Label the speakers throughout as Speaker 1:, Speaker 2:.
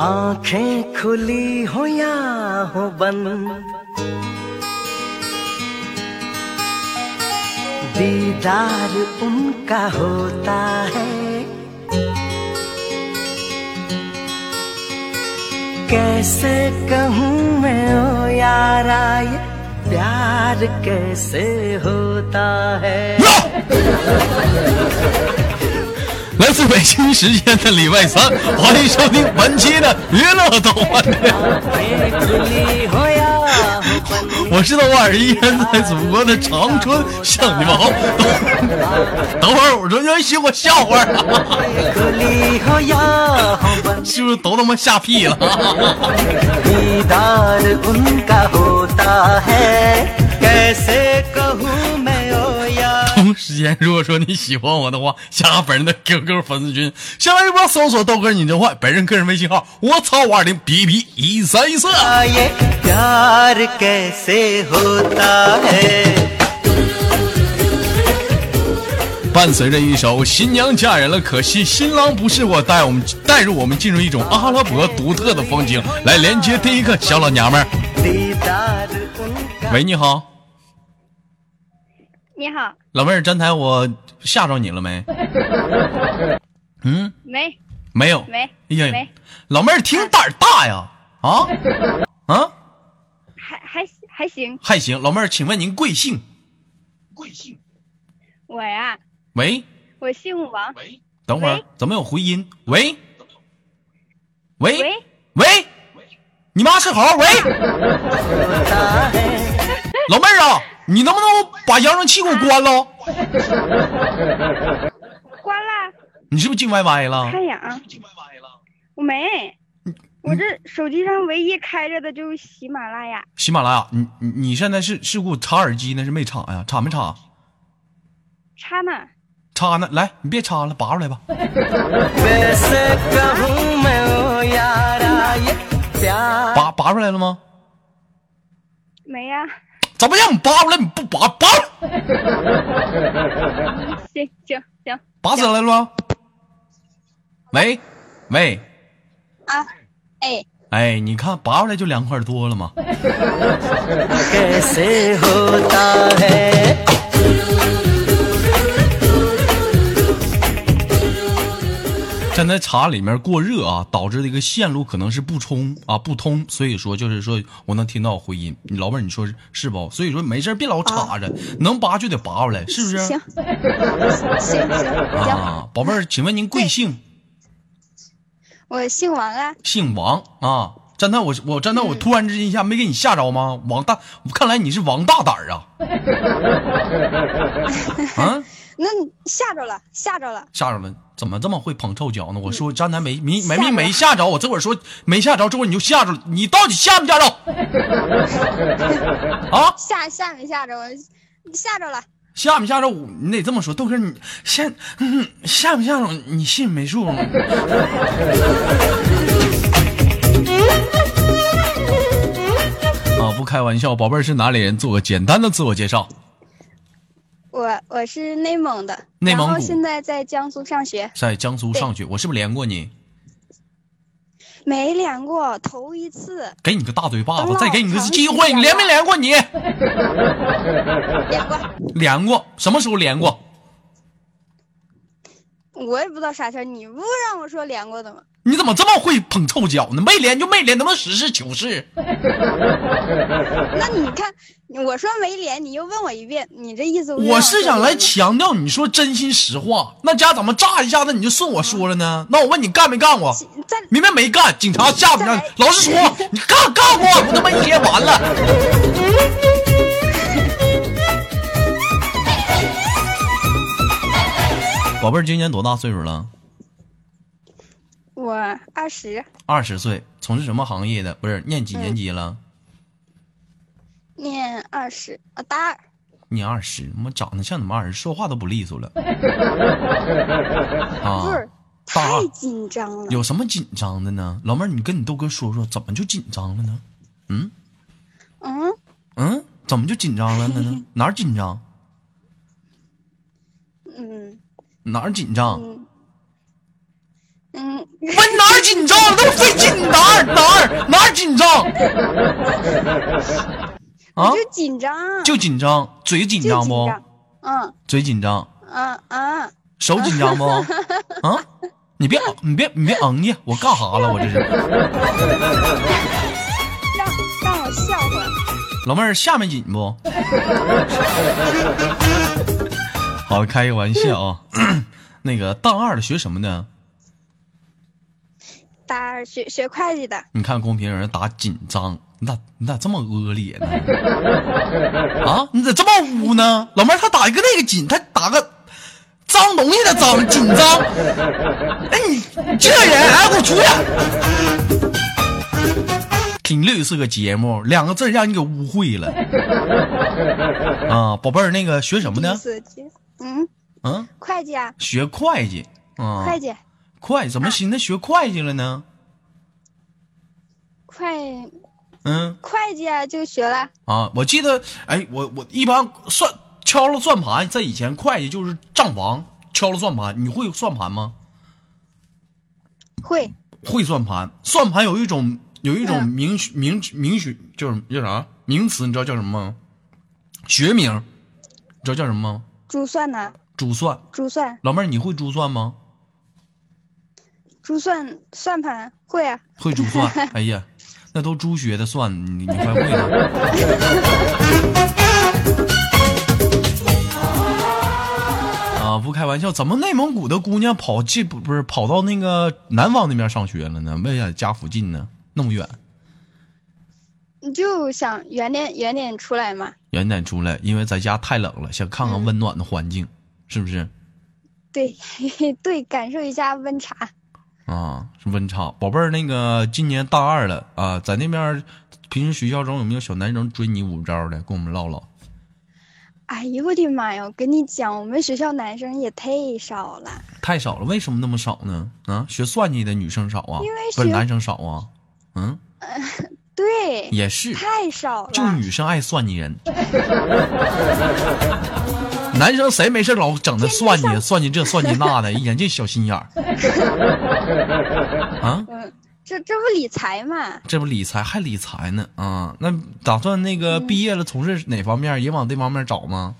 Speaker 1: आंखें खुली हो या हो बंद दीदार उनका होता है कैसे कहूँ मैं ओ यारा ये प्यार कैसे होता है
Speaker 2: 来自北京时间的礼拜三，欢迎收听本期的娱乐逗翻天，
Speaker 1: आंखें खुली हो या हो बंद
Speaker 2: 我是豆瓣儿，依然在祖国的长春向你们好。等会儿我说允许我笑会儿啊，
Speaker 1: खुली हो या हो बंद
Speaker 2: 是不是都他妈吓屁了？
Speaker 1: दीदार उनका होता है कैसे कहूँ मैं ओ यार
Speaker 2: 同时间，如果说你喜欢我的话，加本人的 QQ 粉丝群，新浪微博搜索豆哥你真坏，本人个人微信号我操五二零 B B 一三一四。
Speaker 1: ये प्यार कैसे होता है
Speaker 2: 伴随着一首《新娘嫁人了，可惜新郎不是我》，带我们带入我们进入一种阿拉伯独特的风情，来连接第一个小老娘们儿。
Speaker 1: दीदार उनका
Speaker 2: 喂，你好，
Speaker 3: 你好，
Speaker 2: 老妹儿，站台我吓着你了没？
Speaker 3: 没
Speaker 2: 没有，
Speaker 3: 没
Speaker 2: 哎呀
Speaker 3: 没，
Speaker 2: 老妹儿挺胆儿大呀，啊 啊，
Speaker 3: 还还还行，
Speaker 2: 还行。老妹儿，请问您贵姓？
Speaker 3: 我呀，
Speaker 2: 喂，
Speaker 3: 啊我姓王，
Speaker 2: 等会儿
Speaker 3: 喂
Speaker 2: 怎么有回音？喂，喂，
Speaker 3: 喂
Speaker 2: 喂你妈是猴？喂，老妹儿啊，你能不能把扬声器给我关了？
Speaker 3: 关啦，
Speaker 2: 你是不是进 YY 了？
Speaker 3: 看痒，啊我没，我这手机上唯一开着的就是喜马拉雅，
Speaker 2: 喜马拉雅，你你你现在是是给我插耳机呢？是没插呀？插没插？
Speaker 3: 插呢，
Speaker 2: 插呢？来，你别插了，拔出来吧。
Speaker 1: कैसे कहूँ मैं ओ यारा ये प्यार
Speaker 2: 拔拔出来了吗？
Speaker 3: 没啊呀，
Speaker 2: 怎么让你拔出来？你不拔，拔出来
Speaker 3: 行行行
Speaker 2: 拔出来了吗？喂，喂，
Speaker 3: 啊，哎，
Speaker 2: 哎，你看拔出来就凉快多了嘛。
Speaker 1: कैसे होता है
Speaker 2: 站在茶里面过热啊，导致这个线路可能是不充啊不通，所以说就是说我能听到回音。你老妹儿，你说是是不？所以说没事儿别老插着，能拔就得拔出来，是啊不是？
Speaker 3: 啊行 行行行，
Speaker 2: 啊，宝贝儿，请问您贵姓？
Speaker 3: 我姓王啊，
Speaker 2: 姓王啊？真的，我我真的我突然之间一下没给你吓着吗？王大，看来你是王大胆儿啊！啊，
Speaker 3: 那吓着了，吓着了，
Speaker 2: 吓着了，怎么这么会捧臭脚呢？我说刚才没没没
Speaker 3: 嗯吓
Speaker 2: 没
Speaker 3: 着
Speaker 2: 没吓着，我这会儿说没吓着，这会儿你就吓着了，你到底吓没 吓着？啊，
Speaker 3: 吓吓没吓着我，吓着了，
Speaker 2: 吓没吓着？我你得这么说，豆哥，你吓嗯吓没吓着？你信没数吗？啊，不开玩笑，宝贝儿是哪里人？做个简单的自我介绍。
Speaker 3: 我我是内蒙的，
Speaker 2: 内蒙古
Speaker 3: 然后现在在江苏上学。
Speaker 2: 在江苏上学，我是不是连过你？
Speaker 3: 没连过，头一次
Speaker 2: 给你个大嘴巴子，
Speaker 3: 我老
Speaker 2: 再给你个
Speaker 3: 长
Speaker 2: 机
Speaker 3: 时
Speaker 2: 会，
Speaker 3: 间
Speaker 2: 你连
Speaker 3: 了
Speaker 2: 没连过你？
Speaker 3: 连过，
Speaker 2: 连过，什么时候连过？
Speaker 3: 我也不知道啥事儿。你不让我说连过的吗？
Speaker 2: 你怎么这么会捧臭脚呢？没连就没连，能不能实事求是？
Speaker 3: 那你看，我说没连，你又问我一遍，你这意思不让
Speaker 2: 我是
Speaker 3: 说
Speaker 2: 想来
Speaker 3: 连吗
Speaker 2: 强调，你说真心实话，那家怎么炸一下子你就顺我说了呢？那我问你干没干过？
Speaker 3: 再
Speaker 2: 明明没干，警察吓不吓你
Speaker 3: 再来？
Speaker 2: 老实说， 你干干过？我他妈一天完了。宝贝儿，今年多大岁数了？
Speaker 3: 我二十
Speaker 2: 二十岁，从事什么行业的？不是念几年级
Speaker 3: 嗯
Speaker 2: 了？
Speaker 3: 念二十啊，大二
Speaker 2: 你二十，妈长得像你妈二十，说话都不利 索了。啊
Speaker 3: 不，是
Speaker 2: 大二
Speaker 3: 太紧张了。
Speaker 2: 有什么紧张的呢？老妹儿，你跟你豆哥说说，怎么就紧张了呢？
Speaker 3: 嗯，
Speaker 2: 嗯，怎么就紧张了 呢？哪儿紧张？
Speaker 3: 嗯
Speaker 2: 哪儿紧张？
Speaker 3: 嗯嗯，嗯
Speaker 2: 问哪儿紧张了？都费劲呢。二哪儿哪儿紧 张啊
Speaker 3: 我？就紧张，啊
Speaker 2: 就紧张，嘴紧
Speaker 3: 就
Speaker 2: 张
Speaker 3: 紧
Speaker 2: 不？
Speaker 3: 张，嗯
Speaker 2: 嘴紧张，
Speaker 3: 嗯嗯，
Speaker 2: 手紧 张不？啊？你别你别你别嗯去，我干哈了？我这是
Speaker 3: 让让我笑会儿。
Speaker 2: 老妹儿下面紧不？ 好，开个玩笑啊。 那个大二的学什么呢？
Speaker 3: 大二学学会计的，
Speaker 2: 你看公屏有人打紧张，你咋你咋这么恶劣呢？ 啊，你咋这么污呢？老妹儿，她打一个那个紧，她打个脏东西的脏紧张。哎，你这人，哎，给我出去！挺绿色个节目，两个字儿让你给污秽了。啊，宝贝儿，那个学什么
Speaker 3: 第一
Speaker 2: 呢？
Speaker 3: 次接嗯，
Speaker 2: 嗯，
Speaker 3: 会计啊，
Speaker 2: 学会计。啊，
Speaker 3: 会计，
Speaker 2: 会计怎么寻思学会计了呢？
Speaker 3: 会
Speaker 2: 嗯。
Speaker 3: 会计啊，就学了，
Speaker 2: 啊，我记得，哎，我我一般算敲了算盘，在以前会计就是账房敲了算盘，你会算盘吗？
Speaker 3: 会
Speaker 2: 会算盘，算盘有一种有一种
Speaker 3: 嗯
Speaker 2: 名学名名学就是叫啥名词，你知道叫什么吗？学名，你知道叫什么吗？
Speaker 3: 珠算呢，
Speaker 2: 珠算，
Speaker 3: 珠算，
Speaker 2: 老妹儿你会珠算吗？
Speaker 3: 珠算算盘会啊，
Speaker 2: 会珠算，哎呀，那都猪学的算，你你还会呢？啊，不开玩笑，怎么内蒙古的姑娘跑去不不是跑到那个南方那边上学了呢？为啥家附近呢？那么远，
Speaker 3: 你就想远点远点出来嘛，
Speaker 2: 远点出来，因为在家太冷了，想看看温暖的环境，是不是？
Speaker 3: 对 对，感受一下温差。
Speaker 2: 啊，是温差。宝贝儿，那个今年大二了啊，在那边平时学校中有没有小男生追你五招的？跟我们唠唠。
Speaker 3: 哎呦我的妈呀！我跟你讲，我们学校男生也太少了，
Speaker 2: 太少了，为什么那么少呢？啊，学算计的女生少啊
Speaker 3: 因为，
Speaker 2: 不是
Speaker 3: 学
Speaker 2: 男生少啊？嗯，
Speaker 3: 对，
Speaker 2: 也是，
Speaker 3: 太少了。
Speaker 2: 就女生爱算计人， 男生谁没事老整那算计算计这算计那的，一眼这小心眼 儿。啊，
Speaker 3: 嗯，这这不理财嘛？
Speaker 2: 这不理财还理财呢啊？那打算那个毕业了从事哪方面也往这方面找吗？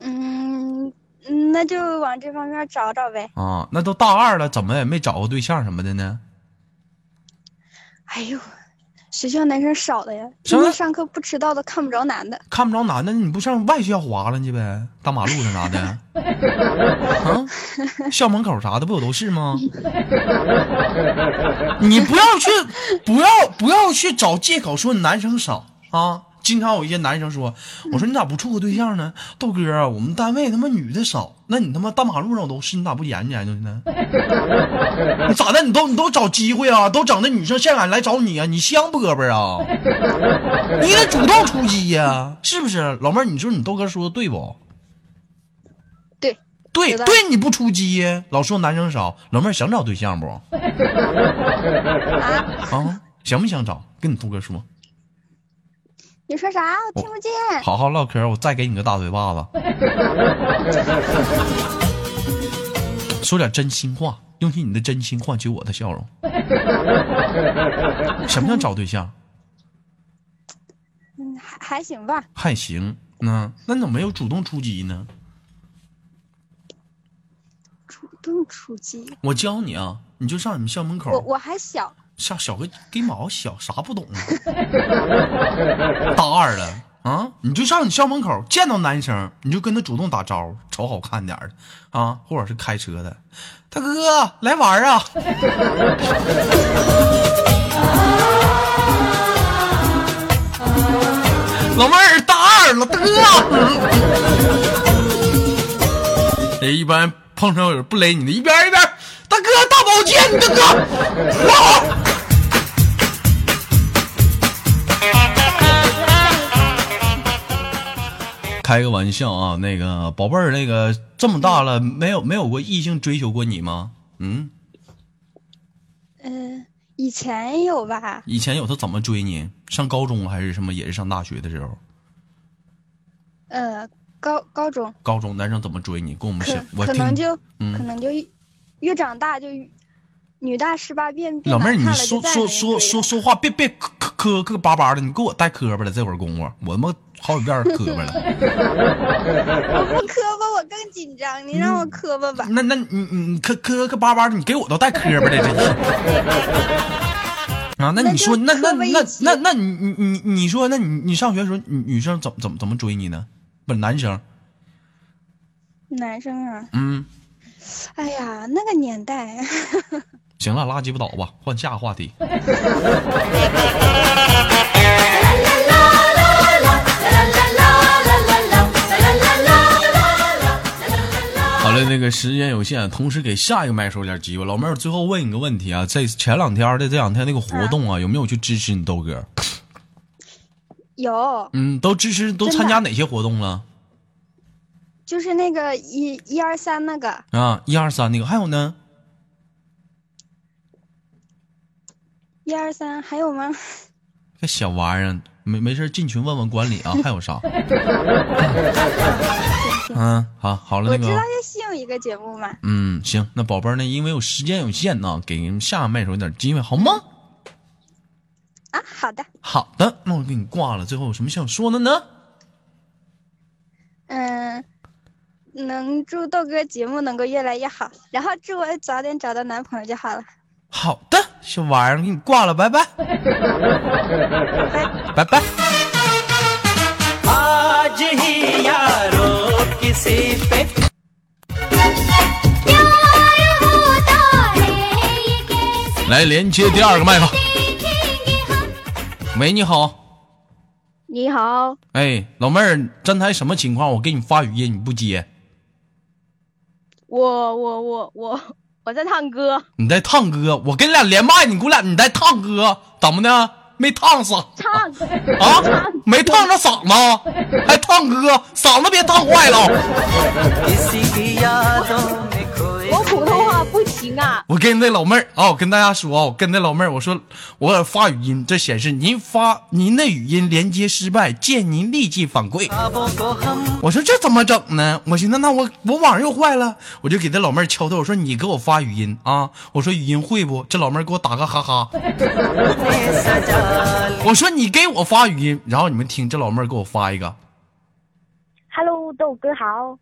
Speaker 3: 嗯，嗯那就往这方面找找呗。
Speaker 2: 啊，那都大二了，怎么也没找个对象什么的呢？
Speaker 3: 哎呦，学校男生少的呀，
Speaker 2: 什
Speaker 3: 天
Speaker 2: 么
Speaker 3: 天上课不迟到的看不着男的。
Speaker 2: 看不着男的，你不上外校划拉去呗？大马路上啥的，啊，校门口啥的不有都是吗？你不要去，不要不要去找借口说男生少啊！经常有一些男生说，我说你咋不处个对象呢？豆哥啊，我们单位他妈女的少，那你他妈大马路上都是，你咋不研究研究呢？ 你咋的？你都你都找机会啊，都整那女生现场来找你啊，你香饽饽啊？你得主动出击呀、是不是？老妹儿，你说你豆哥说的对不？
Speaker 3: 对，
Speaker 2: 对
Speaker 3: 是的
Speaker 2: 对，你不出击，老说男生少，老妹儿想找对象不？啊，想不想找？跟你豆哥说，
Speaker 3: 你说啥？
Speaker 2: 哦
Speaker 3: 我听不见。
Speaker 2: 好好唠嗑，我再给你个大嘴巴子。说点真心话，用尽你的真心换取我的笑容。什么叫找对象？
Speaker 3: 嗯，还还行吧。
Speaker 2: 还行，嗯，那你怎么没有主动出击呢？
Speaker 3: 主动出击。
Speaker 2: 我教你啊，你就上你们校门口，
Speaker 3: 我我还小，
Speaker 2: 小小个给毛小啥不懂啊？大二了啊，你就上你校门口见到男生，你就跟他主动打招呼，瞅好看点儿的啊，或者是开车的，大哥来玩儿啊。老妹儿大二了，大哥。 哎，一般碰上有人不勒你的，一边儿一边儿，大哥大保健，你大哥。开个玩笑啊，那个宝贝儿，那个这么大了，没有没有过异性追求过你吗？嗯，
Speaker 3: 嗯、以前也有吧。
Speaker 2: 以前有他怎么追你？上高中还是什么？也是上大学的时候，
Speaker 3: 呃，高高中
Speaker 2: 高中男生怎么追你？跟我们嗯
Speaker 3: 可
Speaker 2: 想，我
Speaker 3: 可
Speaker 2: 听
Speaker 3: 能就、
Speaker 2: 嗯
Speaker 3: 可能就越长大就越女大十八变，
Speaker 2: 老妹儿，你
Speaker 3: 变好看了
Speaker 2: 说
Speaker 3: 就再也
Speaker 2: 说
Speaker 3: 没
Speaker 2: 说
Speaker 3: 追
Speaker 2: 说
Speaker 3: 了
Speaker 2: 说话，别别磕磕磕巴巴的，你给我带磕巴了，这会儿功夫我他妈好几遍磕巴了。
Speaker 3: 我磕巴，我更紧张，
Speaker 2: 嗯
Speaker 3: 你让我磕巴吧。
Speaker 2: 那那你你你磕磕磕巴巴的，你给我都带磕巴了，真是。啊，那
Speaker 3: 那
Speaker 2: 你
Speaker 3: 就
Speaker 2: 说，那那
Speaker 3: 磕巴一
Speaker 2: 那
Speaker 3: 起
Speaker 2: 那那你你你你说，那你你上学的时候，女女生怎么怎么怎么追你呢？不是男生，
Speaker 3: 男生啊，
Speaker 2: 嗯，
Speaker 3: 哎呀，那个年代，
Speaker 2: 行了，拉鸡巴倒吧，换下个话题。好了，那个时间有限，同时给下一个麦手点机会。老妹儿，最后问你个问题啊，这前两天的这两天那个活动啊，有没有去支持你豆哥？
Speaker 3: 有，
Speaker 2: 嗯，都支持都
Speaker 3: 真的
Speaker 2: 参加哪些活动了？
Speaker 3: 就是那个一一二三那个，
Speaker 2: 啊，一二三那个，还有呢？
Speaker 3: 一二三还有吗？
Speaker 2: 这小玩意儿，啊没没事儿进群问问管理 啊，还有啥？嗯，好，好了，
Speaker 3: 我
Speaker 2: 那
Speaker 3: 知道
Speaker 2: 个，
Speaker 3: 这是有一个节目嘛，
Speaker 2: 嗯，行，那宝贝儿呢？因为我时间有限呢，给你们下个麦手点机会好吗？
Speaker 3: 啊，好的，
Speaker 2: 好的，那我给你挂了。最后有什么想说的呢？
Speaker 3: 嗯。能祝豆哥节目能够越来越好，然后祝我早点找到男朋友就好了。
Speaker 2: 好的，小玩意儿，给你挂了，拜拜，拜拜。
Speaker 1: आज ही यारो किसी पे
Speaker 4: कैसे
Speaker 2: 来连接第二个麦吧。喂，你好，
Speaker 3: 你好，
Speaker 2: 哎，老妹儿，刚才什么情况？我给你发语音，你不接，
Speaker 3: 我我我我我在唱歌，
Speaker 2: 你在烫哥，我跟你俩连麦，你给我俩你在烫哥，怎么的？没烫死啊？
Speaker 3: 唱
Speaker 2: 没烫着嗓子，还烫哥，嗓子别烫坏了。
Speaker 1: किसी की यादों में खोए
Speaker 5: 我普通话不行啊，
Speaker 2: 我跟那老妹儿啊，我跟大家说啊，我跟那老妹儿我说，我发语音，这显示您发您的语音连接失败，建议您立即反馈。
Speaker 1: ख्वाबों को हम
Speaker 2: 我说这怎么整呢？我寻思那我我网又坏了，我就给这老妹儿敲头，我说你给我发语音啊，我说语音会不？这老妹儿给我打个哈哈，
Speaker 1: ने सजा लिया।
Speaker 2: 我说你给我发语音，然后你们听这老妹儿给我发一个，
Speaker 5: Hello，豆哥好，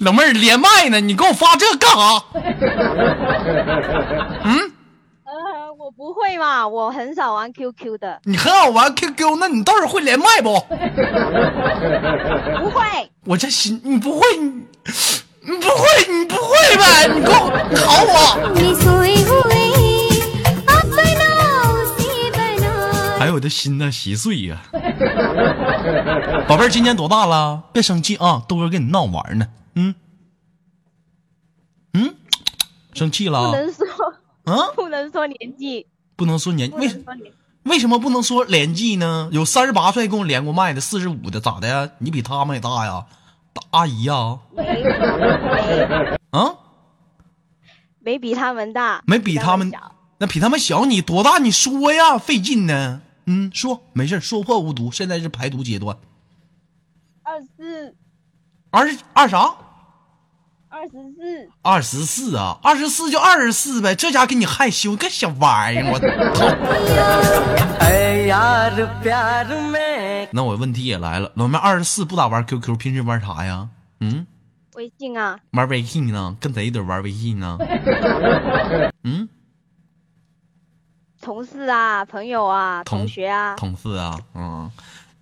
Speaker 2: 老妹儿连麦呢，你给我发这干啥？
Speaker 5: 呃，我不会嘛，我很少玩 QQ 的，
Speaker 2: 你很好玩 QQ，那你倒是会连麦不？
Speaker 5: 不会，
Speaker 2: 我这心，你不会，你你不会，你不会呗？你给我考我。哎呦，我的心呐，稀碎呀、 宝贝儿，今年多大了？别生气啊，豆哥跟你闹玩呢。嗯，嗯，生气
Speaker 5: 不
Speaker 2: 了？
Speaker 5: 能说，
Speaker 2: 嗯，
Speaker 5: 不能说年纪，
Speaker 2: 不能说年
Speaker 5: 不
Speaker 2: 为
Speaker 5: 能说年纪，
Speaker 2: 为什么不能说年纪呢？有三十八岁跟我连过麦的，四十五的，咋的呀？你比他们也大呀，大阿姨呀、啊？
Speaker 5: 没 没没比他们大，
Speaker 2: 没比他们
Speaker 5: 小，
Speaker 2: 那比他们小你多大？你说呀，费劲呢。嗯，说没事儿，说破无毒，现在是排毒阶段。
Speaker 5: 二十四，
Speaker 2: 二十二啥？
Speaker 5: 二十四，
Speaker 2: 二十四啊，二十四就二十四呗，这家给你害羞个小玩意 儿，我操！
Speaker 1: ऐ यार प्यार में
Speaker 2: 那我问题也来了，老妹二十四不咋玩 QQ，平时玩啥呀？嗯，
Speaker 5: 微信啊，
Speaker 2: 玩微信呢，跟谁一堆玩微信 呢？嗯，
Speaker 5: 同事啊，朋友啊，
Speaker 2: 同
Speaker 5: 同学啊，
Speaker 2: 同事啊，嗯，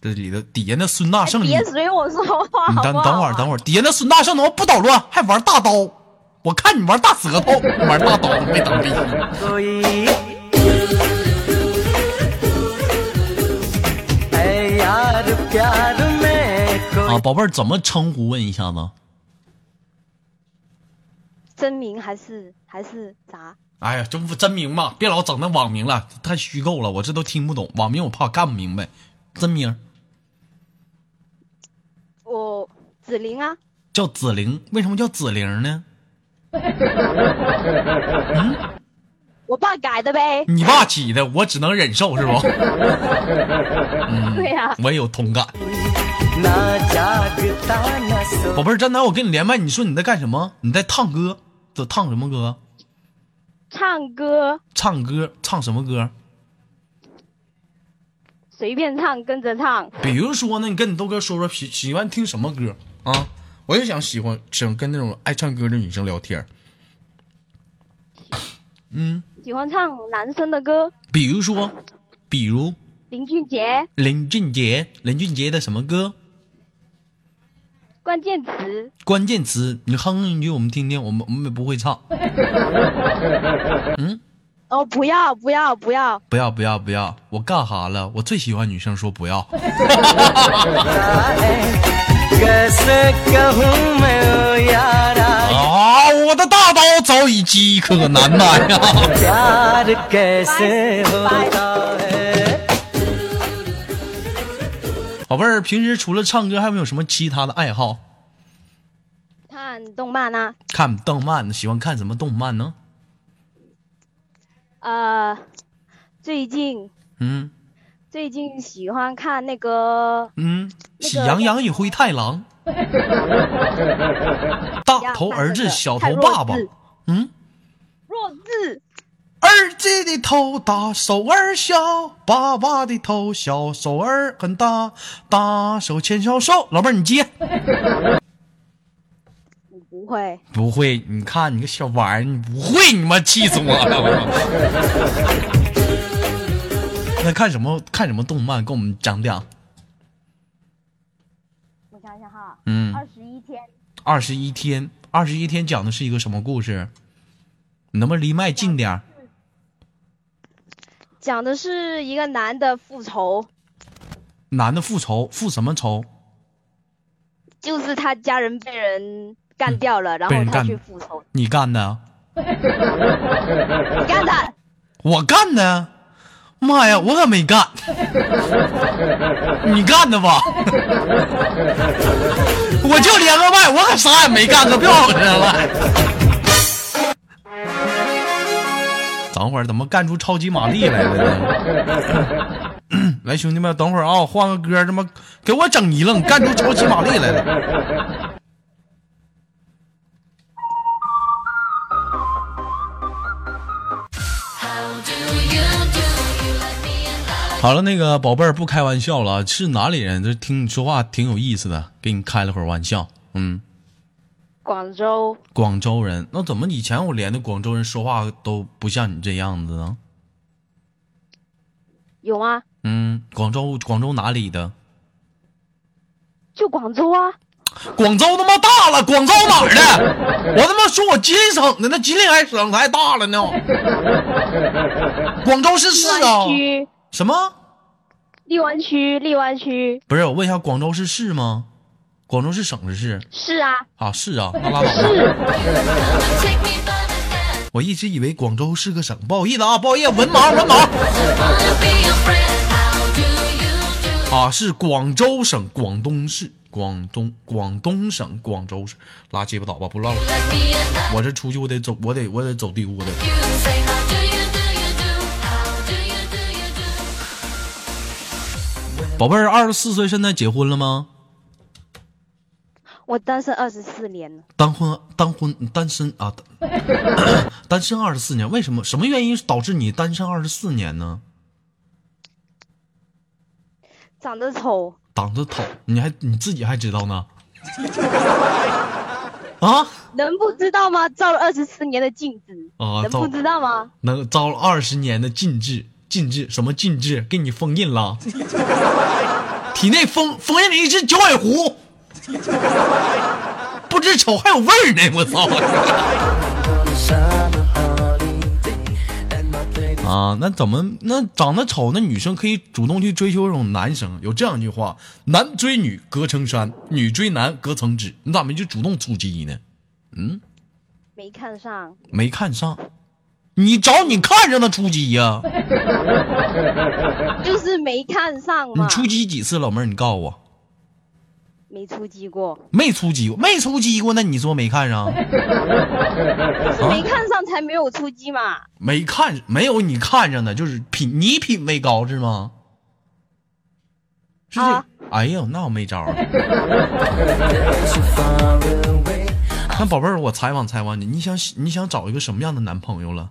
Speaker 2: 这里头底下那孙大
Speaker 5: 哎
Speaker 2: 圣，
Speaker 5: 别随我说话
Speaker 2: 你
Speaker 5: 好
Speaker 2: 等
Speaker 5: 不好？
Speaker 2: 等会儿，等会儿，底下那孙大圣他妈不捣乱，还玩大刀，我看你玩大舌 头，你玩大刀没当真。
Speaker 1: कोई ऐ यार प्यार में
Speaker 2: 啊，
Speaker 1: कोई
Speaker 2: 宝贝儿，怎么称呼？问一下子。
Speaker 5: 真名还是还是啥？
Speaker 2: 哎呀，真不真名吧，别老整那网名了，太虚构了，我这都听不懂。网名我怕干不明白，真名
Speaker 5: 我子琳啊，
Speaker 2: 叫紫玲，为什么叫紫玲呢？
Speaker 5: 我爸改的呗。
Speaker 2: 你爸起的，我只能忍受，是不？ 嗯
Speaker 5: 对呀、
Speaker 2: 我也有同感。
Speaker 1: ना जागता न सो
Speaker 2: 宝贝儿，真的，我跟你连麦，你说你在干什么？你在唱歌？这唱什么歌？
Speaker 5: 唱歌
Speaker 2: 唱歌？唱什么歌？
Speaker 5: 随便唱，跟着唱。
Speaker 2: 比如说呢，你跟你豆哥说说喜喜欢听什么歌啊？我就想喜欢想跟那种爱唱歌的女生聊天儿，
Speaker 5: 喜欢唱男生的歌，
Speaker 2: 比如说，比如
Speaker 5: 林俊杰，
Speaker 2: 林俊杰，林俊杰的什么歌？
Speaker 5: 关键词
Speaker 2: 关键词，你哼一句我们听听，我们我们也不会唱，
Speaker 5: 哦，不要不要不要，
Speaker 2: 不要不要不要，我干哈了？我最喜欢女生说不要，
Speaker 1: है कैसे कहूँ मैं ओ यारा
Speaker 2: 啊，我的大刀早已饥渴难耐呀、
Speaker 1: प्यार कैसे होता है
Speaker 2: 宝贝儿，平时除了唱歌，还有没有什么其他的爱好？
Speaker 5: 看动漫啊，
Speaker 2: 看动漫，喜欢看什么动漫呢？
Speaker 5: 呃，最近
Speaker 2: 嗯
Speaker 5: 最近喜欢看那个
Speaker 2: 嗯，
Speaker 5: 那个
Speaker 2: 喜羊羊与灰太 狼，大头儿子小头爸爸
Speaker 5: 看那个看弱
Speaker 2: 嗯，
Speaker 5: 智，弱智，
Speaker 2: 儿子的头大，手儿小，爸爸的头小，手儿很大，大手牵小手。老妹儿，你接
Speaker 5: 我不会。
Speaker 2: 不会？你看你个小玩意儿，你不会，你妈气死我了！ 那看什么看什么动漫？跟我们讲讲。
Speaker 5: 我想想哈，
Speaker 2: 嗯，
Speaker 5: 二十一天，
Speaker 2: 二十一天，二十一天讲的是一个什么故事？你能不能离麦近点儿？
Speaker 5: 讲的是一个男的复仇，
Speaker 2: 男的复仇，复什么仇？
Speaker 5: 就是他家人被人干掉了，然
Speaker 2: 被人
Speaker 5: 后他
Speaker 2: 干
Speaker 5: 去复仇。
Speaker 2: 你干的？
Speaker 5: 你干的，
Speaker 2: 我干的？妈呀，我可没干，你干的吧？我就连个麦，我可啥也没干，可别往我身上赖。等会儿怎么干出超级玛丽来了呢？来，兄弟们，等会儿啊、换个歌，他妈给我整一愣，干出超级玛丽来了。好了，那个宝贝儿，不开玩笑了，是哪里人？这听你说话挺有意思的，给你开了会儿玩笑。嗯，
Speaker 5: 广州
Speaker 2: 广州人，那怎么以前我连的广州人说话都不像你这样子呢？
Speaker 5: 有啊吗？
Speaker 2: 嗯，广州，广州哪里的？
Speaker 5: 就广州啊，
Speaker 2: 广州他妈大了，广州哪儿的？我他妈说我吉林省的，那吉林还省还大了 呢。广州市市啊
Speaker 5: 荔湾？区，
Speaker 2: 什么？
Speaker 5: 荔湾区，荔湾区，
Speaker 2: 不是，我问一下，广州是市吗？广州是省是市
Speaker 5: 是啊，
Speaker 2: 啊？是啊，那拉倒吧。
Speaker 5: 是
Speaker 2: 我一直以为广州是个省，不好意思啊，不好意思，文盲文盲。啊，是广州省广东市，广东广东省广州市，拉鸡巴倒吧，不唠了。我这出去我得走，我得我得走地屋的。宝贝儿，二十四岁，现在结婚了吗？
Speaker 5: 我单身二十四年了，
Speaker 2: 单婚单婚单身啊， 单单身二十四年，为什么？什么原因导致你单身二十四年呢？
Speaker 5: 长得丑，
Speaker 2: 挡着头，你还你自己还知道呢？ 啊
Speaker 5: 能不知道吗？照了二十四年的镜子，
Speaker 2: 啊，
Speaker 5: 能
Speaker 2: 遭
Speaker 5: 不知道吗？
Speaker 2: 能遭了二十年的禁制，禁制什么禁制？给你封印了，体内封封印了一只九尾狐，不知丑还有味儿呢！我操！啊，那怎么那长得丑那女生可以主动去追求这种男生？有这样一句话：男追女隔层山，女追男隔层纸。你咋没去主动出击呢？
Speaker 5: 没看上，
Speaker 2: 没看上，你找你看上的出击呀、
Speaker 5: 就是没看上
Speaker 2: 你
Speaker 5: 嘛。
Speaker 2: 出击几次，老妹儿？你告诉我，
Speaker 5: 没出击过，
Speaker 2: 没出击过，没出击过，那你说没看 上？
Speaker 5: 就是没看上才没有出击嘛。
Speaker 2: 没看，没有你看上的，就是品你品味高是吗？是这，
Speaker 5: 啊
Speaker 2: 哎呦，那我没招 儿。那宝贝儿，我采访采访你，你想你想找一个什么样的男朋友了？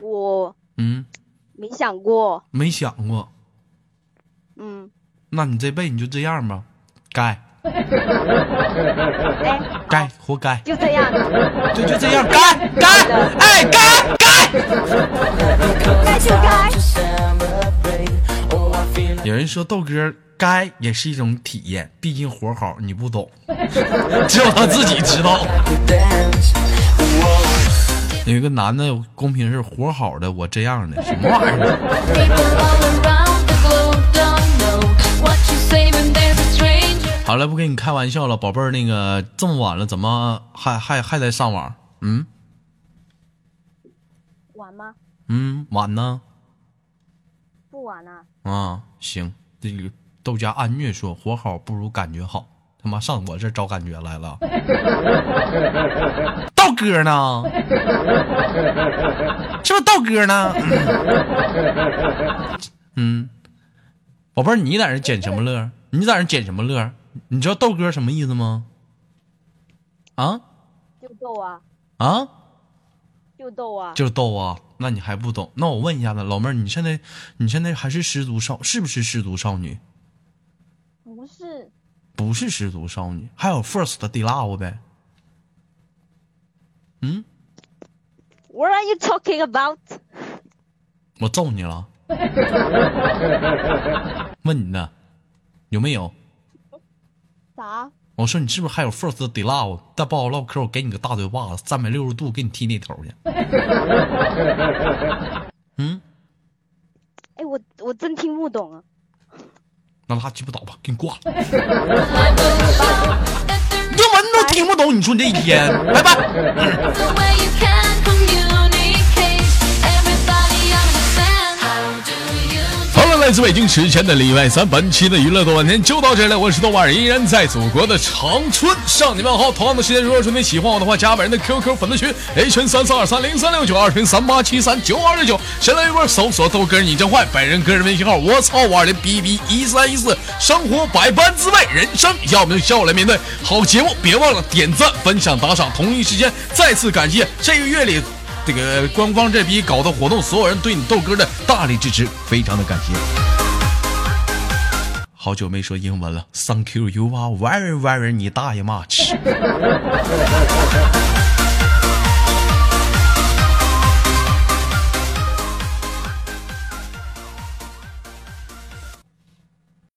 Speaker 5: 我
Speaker 2: 嗯，
Speaker 5: 没想过，
Speaker 2: 没想过。
Speaker 5: 嗯，
Speaker 2: 那你这辈子你就这样吧，该
Speaker 5: 哎，
Speaker 2: 该活该，
Speaker 5: 就这样，
Speaker 2: 就就这样，该该哎该该。
Speaker 5: 该就该。
Speaker 2: 有人说豆哥该也是一种体验，毕竟活好你不懂，只有他自己知道。有一个男的公屏是活好的，我这样的什么玩意儿？好了，不跟你开玩笑了，宝贝儿，那个这么晚了，怎么还还还在上网？嗯
Speaker 5: 晚吗？
Speaker 2: 嗯，晚呢？
Speaker 5: 不晚啊，
Speaker 2: 啊，行，这个豆家安月说活好不如感觉好，他妈上我这儿找感觉来 了。道哥呢？是不是道哥 呢？嗯，宝贝儿，你在这捡什么乐儿？你在这捡什么乐儿？你知道豆哥什么意思吗？啊
Speaker 5: 就逗啊，
Speaker 2: 啊，
Speaker 5: 就逗啊，
Speaker 2: 就是逗啊。那你还不懂？那我问一下子，老妹儿，你现在你现在还是失足少，是不是失足少女？
Speaker 5: 不是
Speaker 2: 不是失足少女，还有 First 的 d Love 呗。嗯，
Speaker 5: What are you talking about？
Speaker 2: 我揍你了。 问你呢，有没有？
Speaker 5: 啥？
Speaker 2: 我说你是不是还有 First 的 d Love？再不好唠嗑，我给你个大嘴巴子，三百六十度给你踢那头去。嗯，
Speaker 5: 哎，我我真听不懂啊。
Speaker 2: 那拉鸡巴倒吧，给你挂了。英文都听不懂，你说你这一天，拜拜。
Speaker 4: Everybody
Speaker 6: 好了，来自北京时间的礼拜三，本期的娱乐多半天就到这里了。我是豆瓣儿，依然在祖国的长春向你们好。同样的时间，如果说你喜欢我的话，加本人的 QQ 粉丝群 h 群三四二三零三六九二群三八七三九二六九，新浪微博搜索豆哥你真坏，本人个人微信号我操五二零 bb 一三一四。生活百般滋味，人生要么就笑来面对。好节目，别忘了点赞、分享、打赏。同一时间，再次感谢这个月里。这个官方这批搞的活动，所有人对你豆哥的大力支持，非常的感谢。
Speaker 2: 好久没说英文了，Thank you, you are very very 你大爷 much。